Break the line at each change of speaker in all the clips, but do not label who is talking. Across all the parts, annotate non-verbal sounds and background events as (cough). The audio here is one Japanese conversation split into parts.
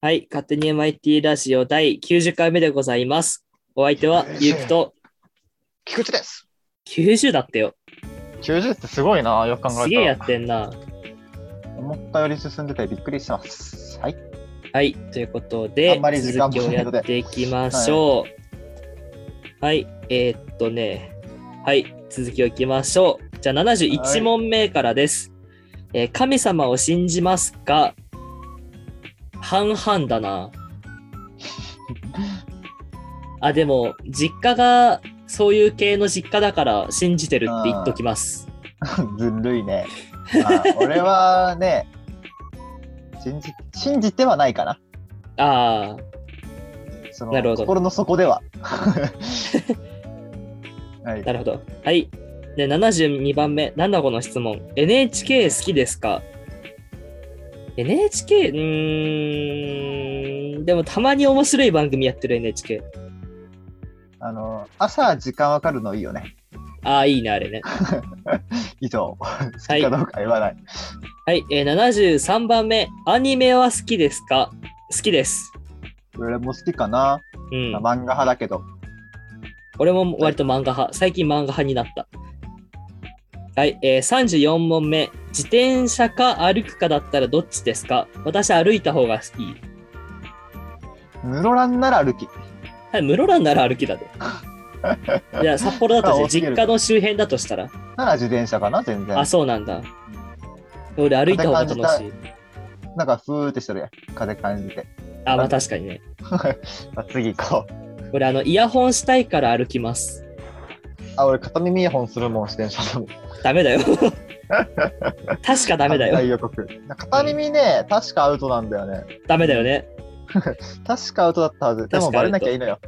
はい、勝手に MIT ラジオ第90回目でございます。お相手は、ゆうきと
菊池です。
90だってよ。
90ってすごいな、よく考
すげえ
え
や
た
ってんな。
ら。思ったより進んでてびっくりしてます。はい。
はい、ということ
あ
で
んまり、時間
続
も
きをやっていきましょう。はい、えーっとね、はい、続きをいきましょう。じゃあ
はい
71問目からです。えー神様を信じますか半々だ
(laughs)
な。あ、でも、実家がそういう系の実家だから信じてるって言っときます。
ずるいね。
(laughs)
まあ、俺はね、信じ、信じてはないかな。
ああ、
その
なるほど
心の
(laughs)
底では。はい。
なるほど。はい。で、72番目、なんだこの質問。NHK 好きですか ?NHK? うーん。でも、たまに面白い番組やってる NHK。
あの、朝時間わかるのいいよね。
ああ、いいね、あれね。
以上。好きかどうか言わない。
はい。えー、73番目、アニメは好きですか好きです。
俺も好きかな。
うん
まあ。漫画派だけど。
俺も割と漫画派。最近漫画派になった。はい。えー、34問目、自転車か歩くかだったらどっちですか私、歩いた方がいい。
室蘭なら歩き。
はい、室蘭なら歩き
(laughs)
だで。いや、札幌だと
あ
し
多すぎ
て、
る
実家の周辺だとしたら、
なら自転車かな、全然
あ、。そうなんだ。俺、歩いた方が楽しい。
なんかふーってしてるやん。風感じて。
あ、まあ確かにね。
あ次行こう。
俺、あの、イヤホンしたいから歩きます。
あ、俺、片耳イヤホンするもん、自転車の。
ダメだ
(laughs)
よ。確 (laughs) かダメだ
大
よ。
予告。片耳ね、確かアウトなんだよね。
ダメだよね。
確かアウトだったはず。で
確
も、
かア
バ
ウト
レなきゃいいのよ。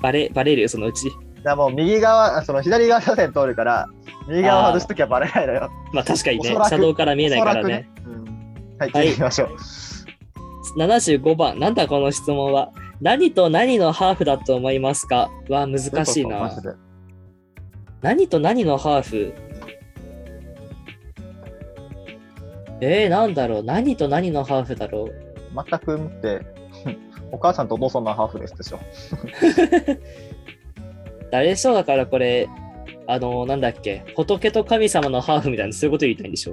バレ、バレるよ、そのうち。
だからもう、右側、あその左側車線通るから、右側外しときゃバレないのよ。
まあ確かにね
おそら、く
車道から見えないからね。
おそらくね。うんはい、
はい
次行きましょう。
75番、なんだこの質問は。何と何のハーフだと思いますかは難しい
マジ
な。
で
何と何のハーフえー、なんだろう何と何のハーフだろう
全くもって、 (laughs) お母さんとお父さんのハーフですでしょ。
誰そうだからこれ、あのーなんだっけ仏と神様のハーフみたいな、そういうこと言いたいんでしょ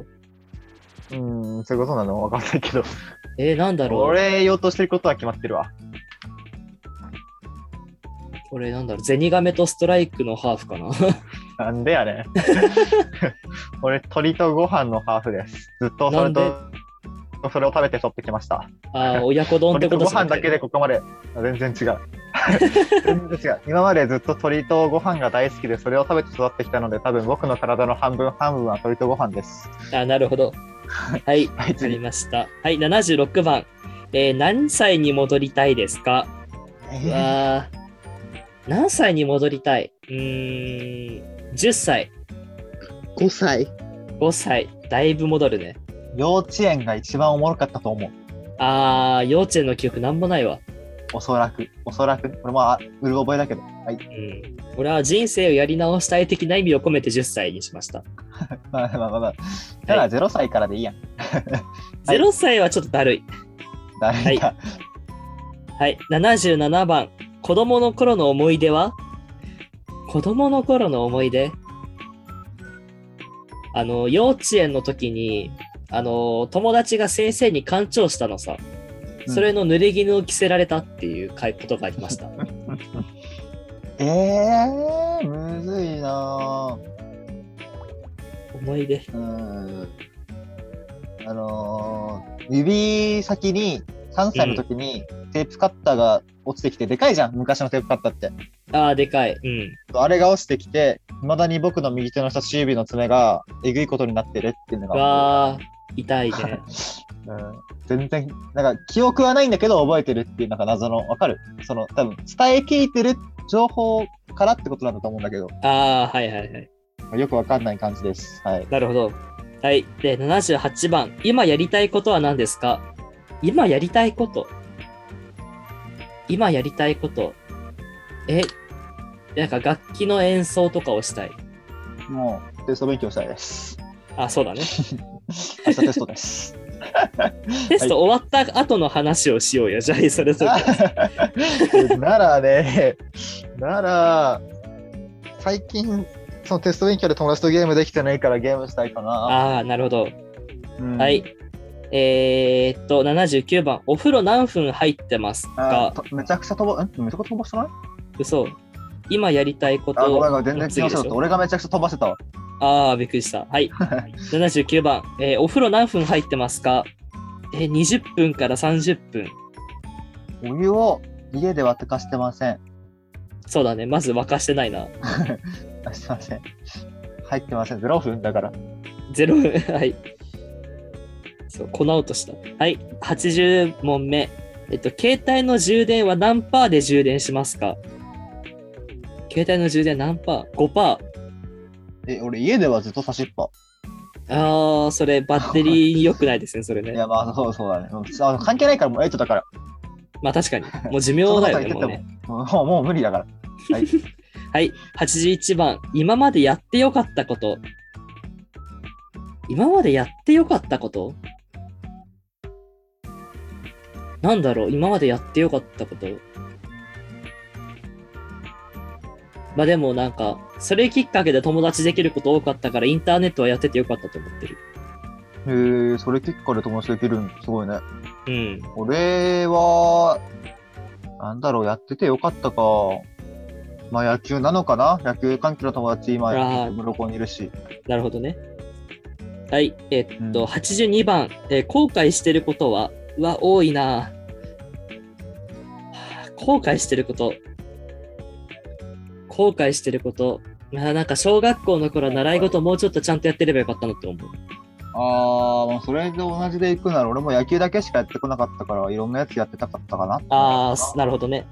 うーん、そういうことなのわかんないけど。
えー、なんだろう俺、
俺、言おうとしてることは決まってるわ。
俺なんだろうゼニガメとストライクのハーフかな
なんでや
(laughs)
ねん。俺、鳥とご飯のハーフです。ずっとそれと、それを食べて取ってきました。 (laughs)
あー親子丼って
鳥
ことと
ご
じゃな
飯だ
く
け
て
でここまで。あ全然違う。全然違う。今までずっと鳥とご飯が大好きで、それを食べて育ってきたので、多分僕の体の半分、半分は鳥とご飯です。
あ、なるほど。はい、わ
はい、
かり
(laughs) 次。
ました。はい、76番。えー何歳に戻りたいですかう
えー
わー何歳に戻りたいうーん、10歳、
5歳。
5歳、だいぶ戻るね。
幼稚園が一番おもろかったと思う。
あー、幼稚園の記憶なんもないわ。
おそらく。おそらく。これもあうる覚えだけど。は
う
い。
ん。俺は人生をやり直したい的な意味を込めて10歳にしました。
まあまあまあまあ。ただ0歳からでいいやん。はい
0歳はちょっとだるい。
だめだ。
はい、77番。子供の頃の思い出は子供の頃の思い出あの、幼稚園の時に、あの、友達が先生に勘調したのさ。
うん
それの濡れ衣を着せられたっていうかいことがありま
(laughs)
した。
ええー、むずいなぁ
思い出。
うーん。あのー、指先に、3歳の時にテープカッターが落ちてきて、でかいじゃん、昔のテープカッターって。
ああ、でかい。うん。
あれが落ちてきて、未だに僕の右手の人差し指の爪がえぐいことになってるっていうのが、
わあ、痛いね。
(laughs) うん、全然、なんか記憶はないんだけど覚えてるっていう、なんか謎の、わかるその、多分伝え聞いてる情報からってことなんだと思うんだけど、
ああ、はいはいはい。
よくわかんない感じです。はい。
なるほど。はい。で、78番。今やりたいことは何ですか今やりたいこと今やりたいことえ、なんか楽器の演奏とかをしたい。 (laughs)
もう、テスト勉強したいです。 (laughs)
あ、そうだね。
明日テストです。
テスト終わった後の話をしようよ。じゃあ、それぞれ。
(laughs) ならね、なら、最近、そのテスト勉強で友達とゲームできてないからゲームしたいかな。
ああ、なるほど。
うん
はい。。えーっと、79番。お風呂何分入ってます
あ
か
とめちゃくちゃ飛ば、んめちゃくちゃ飛ばしてない
嘘。今やりたいこ
あ、ごめん
と。
ごめん、全然気のせいだった。俺がめちゃくちゃ飛ばしてたわ。
ああ、びっくりした。
(laughs)
はい。79番。えーお風呂何分入ってますかえー、20分から30分。
お湯を家で沸かしてません。
そうだね。まず沸かしてないな。
あすいません。入ってません。0分だから。
0分。 (laughs) はい。そう、粉落とした。はい。80問目。えっと、携帯の充電は何パーで充電しますか携帯の充電何パー ?5 パー。
え、俺家ではずっと差しっぱ。
ああ、それバッテリー良くないですね、それ
い
ね。
や、まあそうそうだね。うんあの関係ないからもう8だから。
まあ確かに。もう寿命だよね、もう
そんなこと
ね。
もうもう無理だから。
はい。81番。今までやってよかったこと。今までやってよかったことなんだろう今までやってよかったこと。まあでもなんか、それきっかけで友達できること多かったから、インターネットはやっててよかったと思ってる。
へえ、それ結構で友達できるんすごいね。
うん。
俺は、なんだろう、やっててよかったか。まあ野球なのかな野球関係の友達、今、
あー
向こうにいるし。
なるほどね。はい。えっと、
うん
82番、えー後悔してることは、は多いなぁはぁ後悔してること。後悔してること。まあ、なんか小学校の頃習い事もうちょっとちゃんとやってればよかったなって思う。
あー、まあそれで同じで行くなら、俺も野球だけしかやってこなかったから、いろんなやつやってたかったかな。
ああ、なるほどね。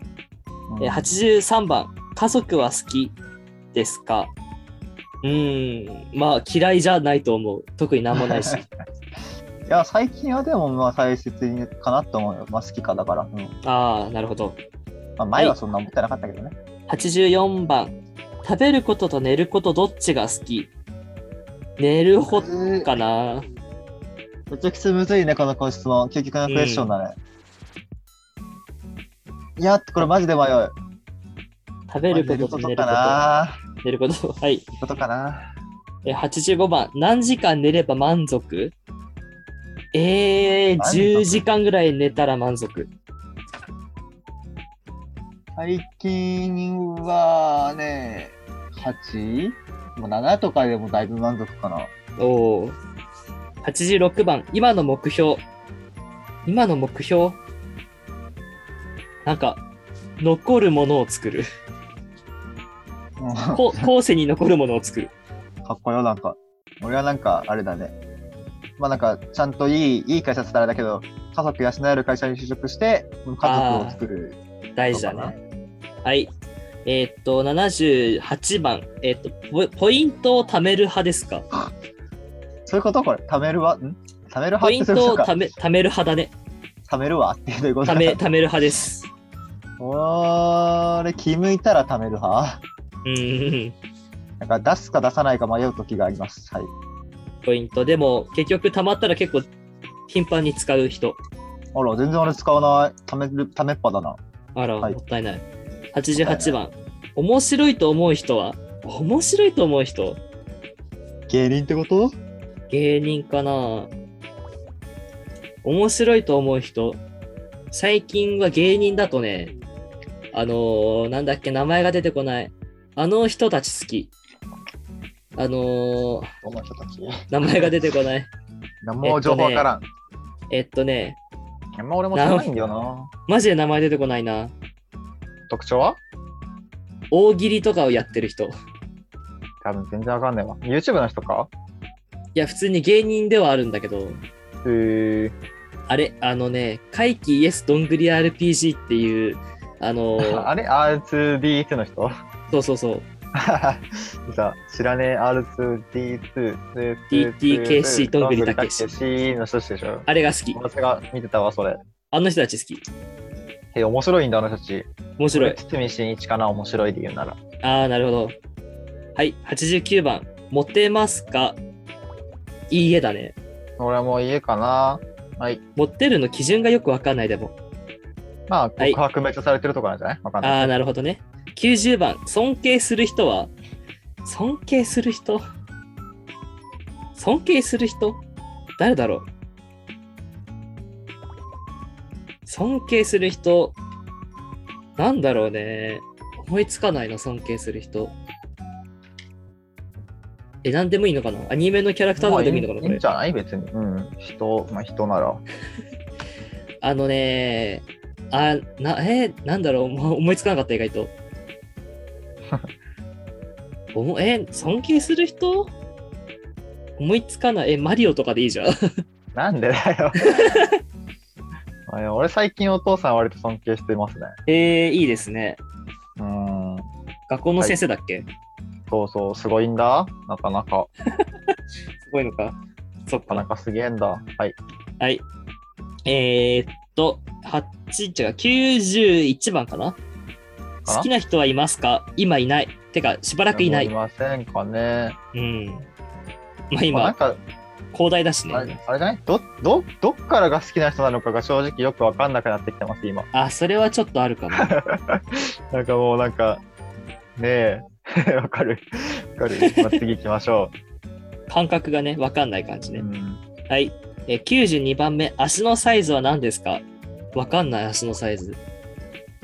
うん
えー83番、家族は好きですかうーん、まあ嫌いじゃないと思う。特になんもないし。
(laughs) いや、最近はでも、まあ大切にかなと思うよ。まあ好きかだから。うん
ああ、なるほど。
まあ、前はそんな思ってなかったけどね。
84番食べることと寝ることどっちが好き寝るほ
えー
かな
めちゃくちゃむずいね、この個室の究極のクエスチョンだね。いや、これマジで迷う。
食べることと
まあ
寝
寝
る
か
こ
な。
と寝ることはい
寝ることかな。
え85番何時間寝れば満足えー、
満足
10時間ぐらい寝たら満足
最近はね、8? もう7とかでもだいぶ満足かな。
おお86番今の目標今の目標なんか残るものを作る
うん (laughs) か
こう後世に残るものを作る
っこよ、なんか。俺はなんか、あれだね。まあなんか、ちゃんといい、いい会社って言ったらあれだけど、家族養える会社に就職して、家族を作る。
大事だね。はい。えーっと、78番。えーっとポ、ポイントを貯める派ですか
そういうことこれ、貯めるわ。ん貯める派
ポ
っ
イ
て
ン
そういう
ト
こ
を
とか
貯。め貯める派だ
(laughs)
ね。
貯めるわっていうこと
貯め、貯める派です。
おー俺、気向いたら貯める派。
うんうんうん。
なんか、出すか出さないか迷う時があります。はい。
ポイント。でも、結局貯まったら結構頻繁に使う人。
あら、全然俺使わない。貯める、貯めっぱだな。
あら、
はい
もったいない。88番。面白いと思う人は面白いと思う人
芸人ってこと
芸人かな面白いと思う人最近は芸人だとねあのーなんだっけ名前が出てこないあの人たち好きあのー
この人たち。
名前が出てこない
何も情報わからん。
えっとね
あんま俺も知らないんだよな。
マジで名前出てこないな
特徴は
大喜利とかをやってる人い
多分全然わかんないわ。YouTube の人か
や普通に芸人ではあるんだけど
へー。
あれあのね怪奇イエスどんぐり RPG っていうあのー
(laughs) あれ ?R2D2 の (laughs) 人
そうそうそう
じゃあ、知らねえ R2D2。
DTKC どんぐりたけし
どんぐりたけしの人たちでしょ。
あれが好き
私が見てたわ、それ。
あの人たち好き
え、面白いんだ、あの人たち。
面白い
堤真一かな、面白いで言うなら。
ああ、なるほど。はい、89番。モテますかいいえだね。
俺はもう家かな。はい。
持ってるの基準がよくわかんないでも。
まあ、告白めっちゃされてるとかなんじゃないわかんない。
ああ、なるほどね。90番、尊敬する人は尊敬する人尊敬する人誰だろう尊敬する人なんだろうね。思いつかないな、尊敬する人。え、なんでもいいのかなアニメのキャラクターとかでもいいのかな
ま
こ
あい
れ
いん。じゃない別に。うん。人、まあ人なら。
あのね、あ、な、えーなんだろう、 (laughs) もう思いつかなかった、意外 (laughs) と。おもえー尊敬する人思いつかない。えー、マリオとかでいいじゃん。
なんでだよ。あいや俺最近お父さん割と尊敬してますね。
(laughs) えー、いいですね。
うん。
学校の先生だっけ、
そうそう、すごいんだ。なかなか、
すごいのか。そっ
なか
か。
なかすげえんだ。はい。
はい。えー、っと、8、違う、91番かな
かな
好きな人はいますか今いない。てか、しばらくいない
い。ませんかね。
うん。まあ
まあなん
今、
か、
広大だしね。
あれあれじゃないど、ど、どっからが好きな人なのかが正直よくわかんなくなってきてます、今。
あ、それはちょっとあるかな。
なんかもうなんか、ねえ、 (laughs) わかる。わかる。まあ、次行きましょ
感覚がね、わかんない感じ
う。
ね。
うん
はい。えー、92番目、足のサイズは何ですかわかんない足のサイズ。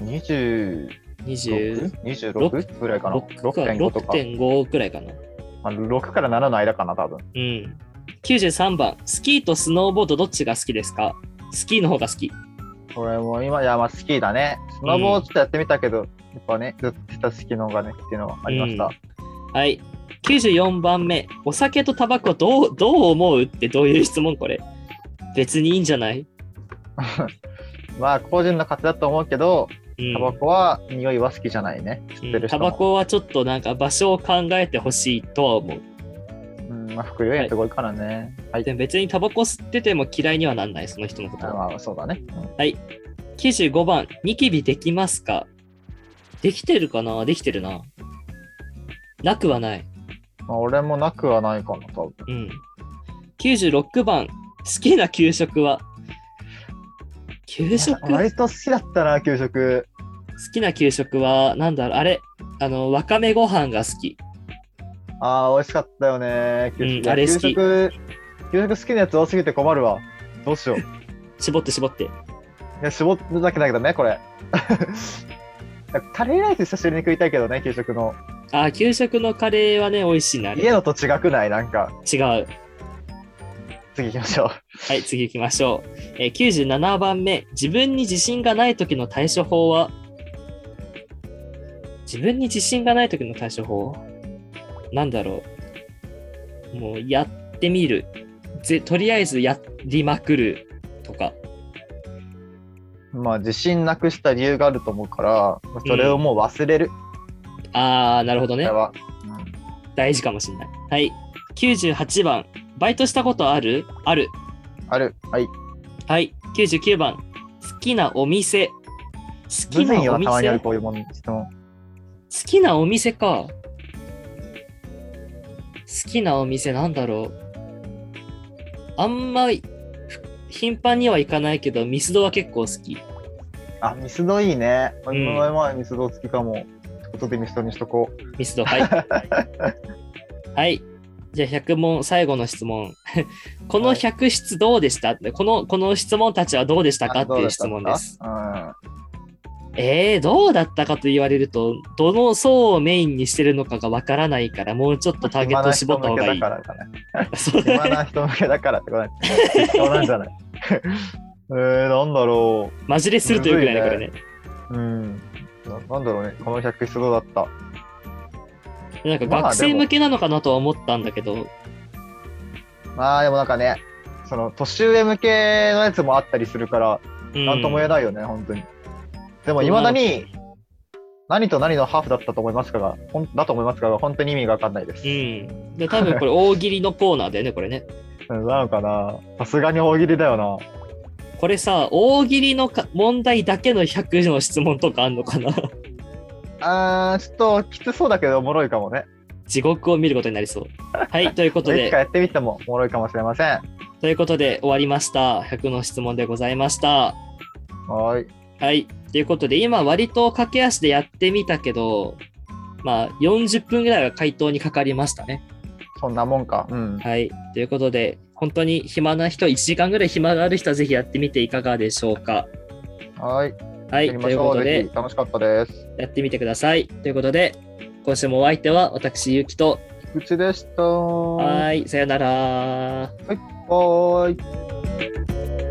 20
26?
26ぐらいかな。6.5とか。
6.5くらいかな。
まあ、6から7の間かな、多分。
うん。93番、スキーとスノーボードどっちが好きですかスキーの方が好き。
これも今、いや、まあ、スキーだね。スノボをちょっとやってみたけど、やっぱね、ずっとしたスキーの方がね、っていうのはありました。
はい。94番目、お酒とタバコどう、どう思うってどういう質問これ。別にいいんじゃない
まあ、個人の勝手だと思うけど、
うん
タバコは匂いは好きじゃないね。吸って
うん
る
タ
人
バ
も。
コはちょっとなんか場所を考えてほしいとは思う。
うん、まあ、副業やすごいからね。はい。
でも別にタバコ吸ってても嫌いにはなんない、その人のこと
あ
は。
まあ、そうだね。うん
95番、ニキビできますかできてるかなできてるな。なくはない。
まあ、俺もなくはないかな、多分。
うん。96番、好きな給食は給食好
割と好きだったな、給食。
きな給食は、なんだろう、あれ、あの、わかめご飯が好き。
ああ、美味しかったよね。給食。
うんあれ好き
給食、給食好きなやつ多すぎて困るわ。どうしよう。い
絞って絞って。
や、絞るだけだけどね、これ。 (laughs) カレーライス久しぶりに食いたいけどね、給食の。
あー、給食のカレーはね、美味しいな。あれ
家のと違くないなんか。
違う。
次行きましょう。
はい、次行きましょう。えー97番目、自分に自信がない時の対処法は自分に自信がない時の対処法なんだろう。もう、やってみる。ぜとりあえずやりまくるとか。
(laughs) まあ、自信なくした理由があると思うから、それをもう忘れる。
あー、なるほど
こ
ね
れ。は。
大事かもしれない。はい。98番、バイトしたことあるある。
ある。はい。
はい。99番、好きなお店。好
む
き
ず
ない
よ
お
な、たまにあ
店
るこういうもん質問。
好きなお店か。好きなお店なんだろう。あんまり頻繁には行かないけど、ミスドは結構好き。
あ、ミスドいいね。
ん
俺の前はミスド好きかも。ってことでミスドにしとこう。
ミスド、
(laughs)
はい。はい。じゃあ100問、最後の質問。 (laughs) この100質どうでしたこの、この質問たちはどうでしたかっていう質問です。
あ
えー、どうだったかと言われると、どの層をメインにしてるのかがわからないから、もうちょっとターゲットを絞った方がいい。
暇な人向けだから
(laughs) そう
かね。暇な人向けだからってことね (laughs) 適当なんじゃないえー、なんだろ
マジレスするとよくないね、こ
む
れ
ずい
ね
ね。う。うん。ななんだろうね。この100質どうだった。
なんか
まあ
学生
でも
向けなのかなとは思ったんだけど、
まあ、でもなんかね、その年上向けのやつもあったりするから、
うん
なんとも言えないよね、本当に。でも、いまだに、何と何のハーフだったと思いますかが、ほんだと思いますかが、本当に意味がわかんないです。
うん。で、多分これ大喜利のコーナーだよね、これね。
うんなのかなさすがに大喜利だよな。
これさ、大喜利のか問題だけの100の質問とかあんのかな (laughs)
あー、ちょっときつそうだけど、おもろいかもね。
地獄を見ることになりそう。はい、ということ
いつか
で、
やってみてもおもろいかもしれません。
ということで終わりました。100の質問でございました。
はーい。
はい。ということで、今割と駆け足でやってみたけど、まあ40分ぐらいは回答にかかりましたね。
そんなもんか。うん。
はい。ということで、本当に暇な人、1時間ぐらい暇がある人はぜひやってみていかがでしょうか。
はーい。
はい。
やり
と
ま
い
し
う
ょ
こ
う。
と
ぜ
で
ひ、楽しかったです。
やってみてください。ということで、今週もお相手は私、ゆきと、
うちでした。は
はい、さよなら。
ーい。